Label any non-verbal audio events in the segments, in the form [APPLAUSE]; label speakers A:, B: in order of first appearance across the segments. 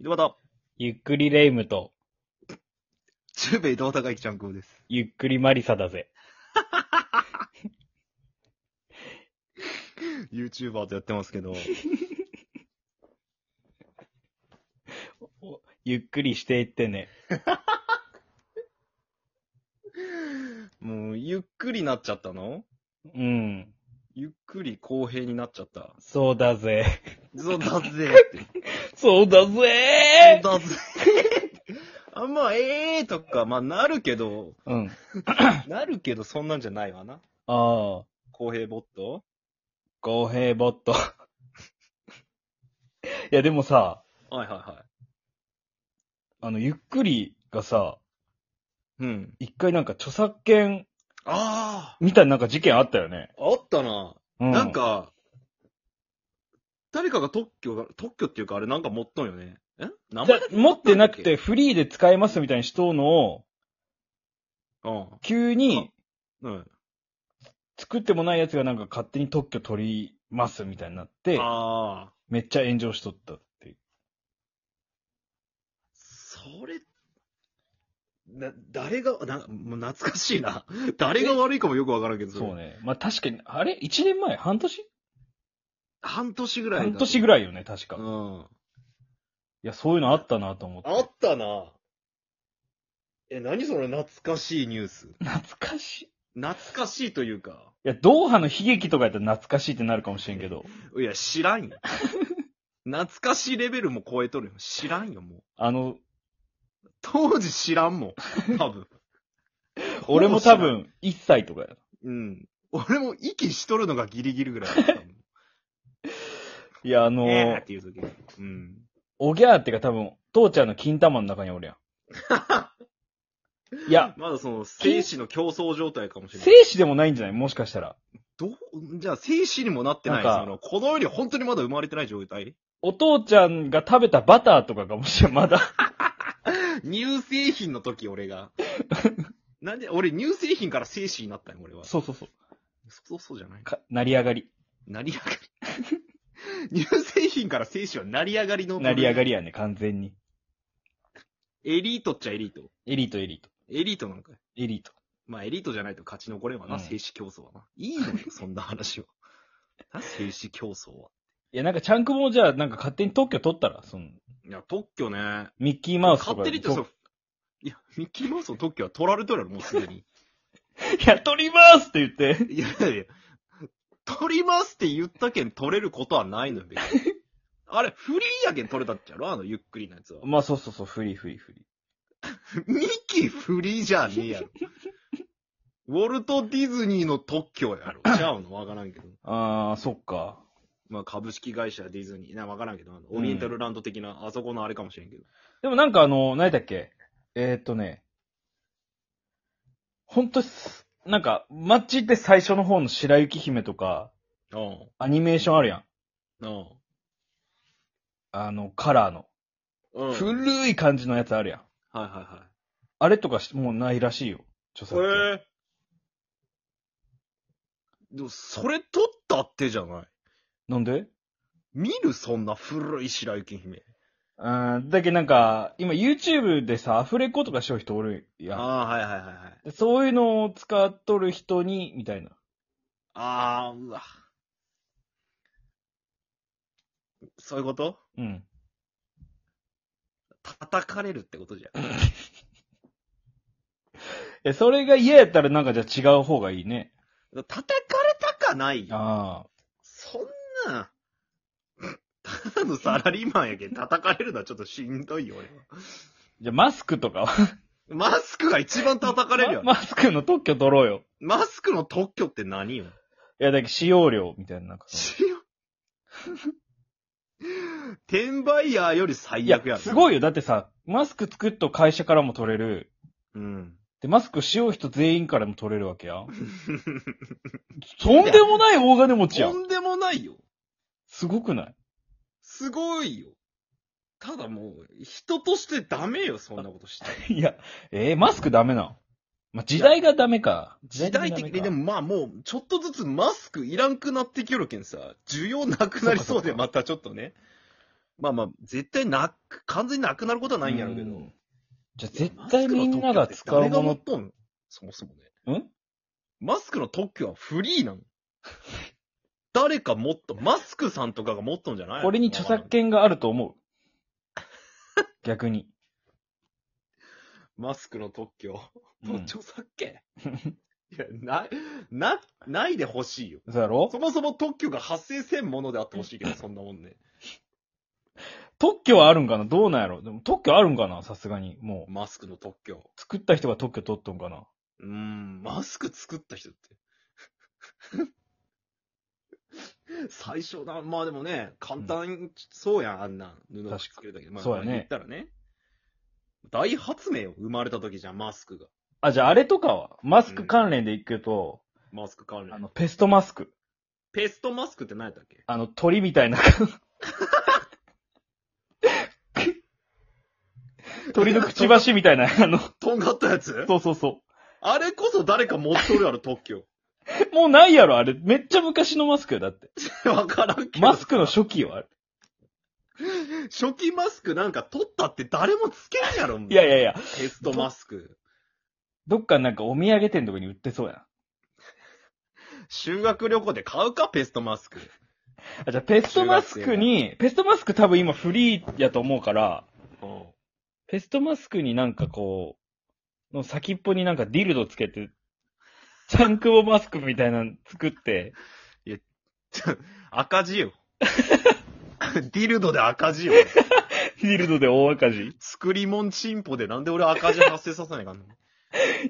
A: 井戸端、
B: ゆっくりレイムと、
A: 中米井戸端がいきちゃんこうです。
B: ゆっくりマリサだぜ。
A: YouTuber とやってますけ [LAUGHS] ど、
B: ゆっくりしていってね。
A: もう、ゆっくりなっちゃったの
B: うん。
A: ゆっくり公平になっちゃった。
B: そうだぜ。 [LAUGHS]
A: そうだぜって。
B: そうだぜ
A: そうだぜ。あんま、ええーとか、まあ、なるけど、
B: うん。
A: なるけど、そんなんじゃないわな。
B: ああ、
A: 公平ボット
B: 公平ボット。いやでもさ、
A: はいはいは
B: あの、ゆっくりがさ、
A: い。うん。
B: 一回なんか著作権
A: あ
B: みたいななんか事件あったよね。
A: ああったな。
B: うん、
A: なん。か、誰かが特許が、特許っていうかあれなんか持っとんよね。え名
B: じゃ
A: 前
B: 持ってなくてフリーで使えますみたいにしとうのを、
A: うん。
B: 急に
A: うん。
B: 作ってもないやつがなんか勝手に特許取りますみたいになって、
A: ああ。
B: めっちゃ炎上しとったっていう。
A: それ、な、誰が、な、もう懐かしいな。 [LAUGHS] 誰が悪いかもよくわからんけど、
B: そ
A: ね。
B: うね。まあ確かに、あれ ?1 年前半年
A: 半年ぐらいだ
B: 半年ぐらいよね、確か。
A: う
B: い
A: ん。
B: や、そういうのあったなと思って。
A: あったな。え、何その懐かしいニュース。
B: 懐かしい。い
A: 懐かしいというか。
B: や、ドーハの悲劇とかやったら懐かしいってなるかもしれんけど、
A: いや、知らん
B: [LAUGHS]
A: よ。懐かしいレベルも超えとるよ。知らんよ、もう。
B: あの、
A: 当時知らん
B: [LAUGHS]
A: もん。多分。
B: 俺も多分1歳とかや。
A: うん。俺も息しとるのがギリギリぐらいだった
B: [LAUGHS]
A: もん。
B: いや、あの、
A: えーっていう時。うん。
B: おぎゃーってか多分、父ちゃんの金玉の中にお
A: [LAUGHS]
B: るやん。いや、
A: まだその、生死の競争状態かもしれない。
B: 生死でもないんじゃないもしかしたら。
A: どう、じゃあ、生死にもなってない。
B: なんか
A: その、この世に本当にまだ生まれてない状態
B: お父ちゃんが食べたバターとかかもしれん、まだ。
A: 乳製品の時、俺
B: [LAUGHS]
A: が。なんで、俺、乳製品から生死になったよ、俺は。そ、
B: そうそうそう。
A: そう、そうじゃない。
B: か成り上がり。
A: 成り上が
B: [LAUGHS]
A: り。乳製品から生死は成り上がりの。
B: 成り上が
A: り。
B: りやね、完全に。
A: エリートっちゃエリート。
B: エリート、エリート。
A: エリートなんか。
B: エリート。
A: まあ、エリートじゃないと勝ち残れんわな、
B: うん
A: 生死競争はな。いいのよ、そんな話は。な、生死競争は。
B: いや、なんか、チャンクもじゃあ、なんか勝手に特許取ったら、その、
A: いや、特許ね。
B: ミッキーマウスと
A: 勝
B: か
A: 手
B: で。
A: にってそう。いや、ミッキーマウスの特許は取られとるやろ、もうすで
B: [LAUGHS]
A: に。
B: いや、取りますって言って。
A: いやいやいや、取りますって言ったけん取れることはないのよ、別にあれ、フリーやけん取れたっちゃろあの、ゆっくりなやつは。
B: まあ、そうそうそう、フリーフリーフリー。
A: ミキフリーじゃねえやろ。ウォルト・ディズニーの特許やろ。ちゃうのわからんけど。
B: あー、そっか。
A: まあ、株式会社ディズニー。な、わからんけど、あの、オリエンタルランド的な、あそこのあれかもしれんけど。
B: でもなんかあの、何だっけえー、っとね、ほんとす、なんか、マッチって最初の方の白雪姫とか、
A: う
B: アニメーションあるやん。
A: ん。
B: あの、カラーの。
A: うん。うん。はい
B: 古い感じのやつあるやん。
A: はいは
B: あれとかしもうないらしいよ。
A: い。
B: 著作権。
A: ええでも、それ取ったってじゃない
B: なんで
A: 見るそんな古い白雪姫。
B: うん、だけどなんか、今 YouTube でさ、アフレコとかしよう人おるやん。
A: ああ、はいはいはいはい。
B: でそういうのを使っとる人に、みたいな。
A: ああ、うわ。そういうこと
B: うん。
A: 叩かれるってことじゃん。
B: え、それが嫌やったらなんかじゃあ違う方がいいね。
A: 叩かれたかないよ。
B: あ
A: そんな、ただのサラリーマンやけん、叩かれるのはちょっとしんどいよ、俺は。
B: あ。じゃあマスクとかは。
A: マスクが一番叩かれるよ。
B: [LAUGHS] ママスクの特許取ろうよ。
A: マスクの特許って何よ。
B: いや、だけど使用料みたいな。なんかそ
A: しよ転売ヤーより
B: のい
A: 最
B: や
A: 悪や、ろ
B: すごいよ。だってさ、マスク作っと会社からも取れる。
A: うん。
B: で、マスクしよう人全員からも取れるわけ [LAUGHS] やん。とんでもない大金持ちや
A: と
B: ん。
A: んでもないよ。
B: すごくない
A: すごいよ。ただもう、人としてダメよ、そんなことして。
B: いや、えー、マスクダメなのまあ、時代がダメか。
A: 時代的に、で
B: も。
A: もまあもう、ちょっとずつマスクいらんくなってきよるけんさ、需要なくなりそうで、
B: そっかそ
A: またちょっとね。まあまあ、絶対なく、完全になくなることはないんやろうけど。
B: んじゃあ絶対みんなが使うも
A: マスクの特許って誰
B: の
A: が持っとんのそもそもね。
B: ん
A: マスクの特許はフリーなの誰かもっと、マスクさんとかが持っとんじゃない
B: 俺に著作権があると思う。 [LAUGHS] 逆に。
A: マスクの特許。
B: うん
A: 著作
B: [LAUGHS]
A: 権いや、ない、な、ないでほしいよ。
B: そうやろ
A: そもそも特許が発生せんものであってほし
B: [LAUGHS]
A: いけど、そんなもんね。
B: 特許はあるんかなどうなんやろでも特許あるんかなさすがに。もう、
A: マスクの特許。
B: 作った人が特許取っとんかな
A: うーん、マスク作った人って。 [LAUGHS] 最初だ、まあでもね、簡単そうやん、あんなん。布を作るだけで。まあ、
B: そうやね
A: まあ言ったらね。大発明よ、生まれた時じゃん、マスクが。
B: あ、じゃああれとかはマスク関連でいくと、
A: マスク関連。
B: あの、ペストマスク。
A: ペストマスクって何やったっけ
B: あの、鳥みた
A: [LAUGHS]
B: いな。鳥のくちばしみたいな、あの、
A: とんがったやつ
B: そうそうそ
A: あれこそ誰か持っとる
B: [LAUGHS]
A: やろ、特許。
B: う。もうないやろ、あれ。めっちゃ昔のマスクよ、だって。
A: わからんけど。
B: マスクの初期よ、あれ。
A: 初期マスクなんか取ったって誰もつけんやろ、もう
B: いやいやいや、
A: ペストマスク。
B: どっかなんかお土産店とかに売ってそうやな。
A: 修学旅行で買うか、ペストマスク。
B: あ、じゃあペストマスクに、ペストマスク多分今フリーやと思うから、ペストマスクになんかこう、の先っぽになんかディルドつけて、チャンクボマスクみたいなの作 [LAUGHS] って、
A: 赤字よ。ディルドで赤字よ。
B: ディルドで大赤字。
A: 作りもんチンポでなんで俺赤字発生させないかんの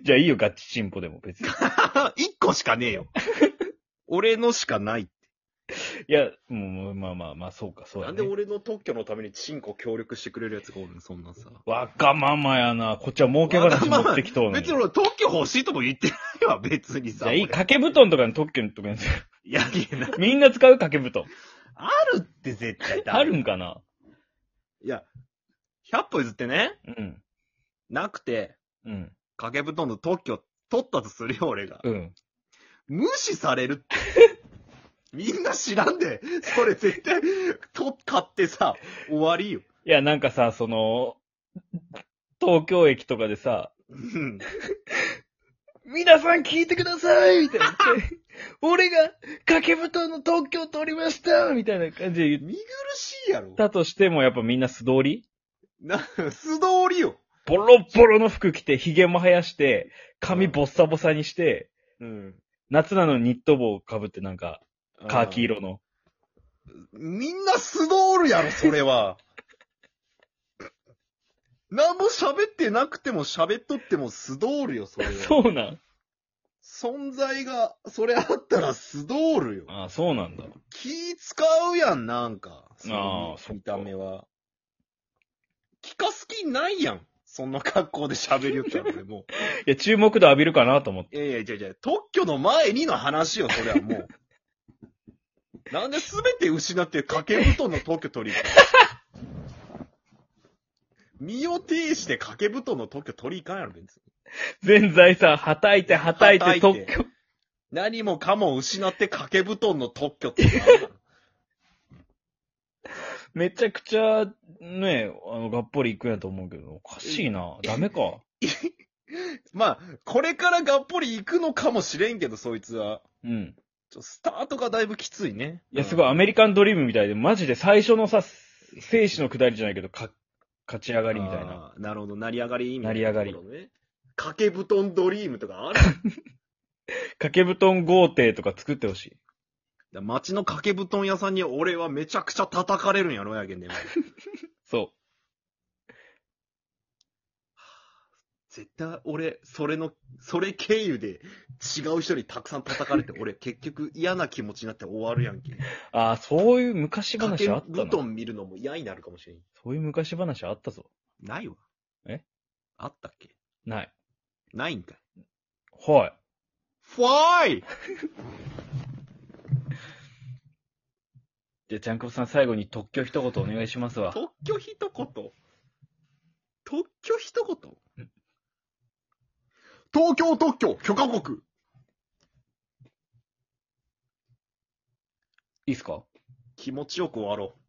B: じゃあいいよ、ガッチチンポでも別に。
A: 一個しかねえよ。俺のしかない。
B: いや、もう、まあまあまあ、そうか、そう
A: な
B: や、
A: んで
B: ね。
A: 俺の特許のためにチンコ協力してくれるやつがおるの、そんなさ。
B: わがままやな。こっちは儲け話持ってきとうのに。
A: 別
B: じ
A: に俺特許欲しいとも言ってないわ、別にさ。
B: ゃあいい、
A: 俺
B: 掛け布団とかの特許とかにする
A: いや、いやな
B: みんな使う掛け布団。
A: あるって絶対
B: あるんかない
A: や、100歩譲ってね、
B: うん。
A: なくて、
B: うん。
A: 掛け布団の特許取ったとするよ、俺が。
B: うん。
A: 無視されるって。 [LAUGHS] みんな知らんで、それ絶対、と、買ってさ、終わりよ。
B: いや、なんかさ、その、東京駅とかでさ、
A: うん
B: 皆さん聞いてくださいみたいな言 [LAUGHS] って。俺が掛け布団の特許を取りましたみたいな感じで言っ
A: 見苦しいやろ。
B: たとしても、やっぱみんな素通り
A: な、素通りよ。
B: ボロボロの服着て、髭も生やして、髪ボッサボサにして、
A: うん。
B: 夏なのにニット帽をかぶってなんか、カーキ。色の。
A: みんな素通りやろ、それ
B: [LAUGHS]
A: は。何も喋ってなくても喋っとっても素通りよ、それは。
B: そうなん。
A: 存在が、それあったら素通るよ。
B: ああ、そうなんだ。
A: 気使うやん、なんか。
B: あー
A: そ
B: そっか
A: の見た目は。気かす気ないやん。そんな格好で喋りよったら、
B: [LAUGHS]
A: 俺も
B: いや、注目度浴びるかなと思って。
A: う。いやいや、いやいや、特許の前にの話よ、それはも
B: [LAUGHS]
A: う。なんで全て失って掛け布団の特許取りに行くの身を挺して掛け布団の特許取り行かんやろ、別に。
B: 全財産、はたいて、はたいて、
A: はたい
B: 特
A: て
B: 許。
A: 何もかも失って掛け布団の特許ってなんなの
B: めちゃくちゃ、ね、あの、がっぽりいくんやと思うけど、おかしいな。ダメか。
A: まあ、これからがっぽり行くのかもしれんけど、そいつは。
B: [LAUGHS] うん。
A: ちょスタートがだいぶきついね。
B: いや、すごいアメリカンドリームみたいで、マジで最初のさ、生死の下りじゃないけど、か、勝ち上がりみたいな。
A: あー。なるほど、成り上がりみたいな。
B: 成り上がり
A: ところね。掛け布団ドリームと
B: [LAUGHS]
A: かある
B: 掛け布団豪邸とか作ってほしい。
A: 街の掛け布団屋さんに俺はめちゃくちゃ叩かれるんやろやけんね。
B: そう。
A: 絶対俺、それの、それ経由で違う人にたくさん叩か
B: [LAUGHS]
A: れて、俺結局嫌な気持ちになって終わるやんけ。
B: ああ、そういう昔
A: 掛
B: 話
A: け
B: あっ
A: 布
B: たな。
A: 団見るのも嫌になるかもしれん。
B: そういう昔話あったぞ。
A: ないわ。
B: え
A: あったっけ
B: ない。
A: ないんかい。
B: はい。
A: ファイ
B: じゃあ、ちゃんこさん最後に特許一言お願いし [LAUGHS] ますわ。
A: 特許一言。特許一言東京特許許可国。
B: いいっすか
A: 気持ちよく終わろう。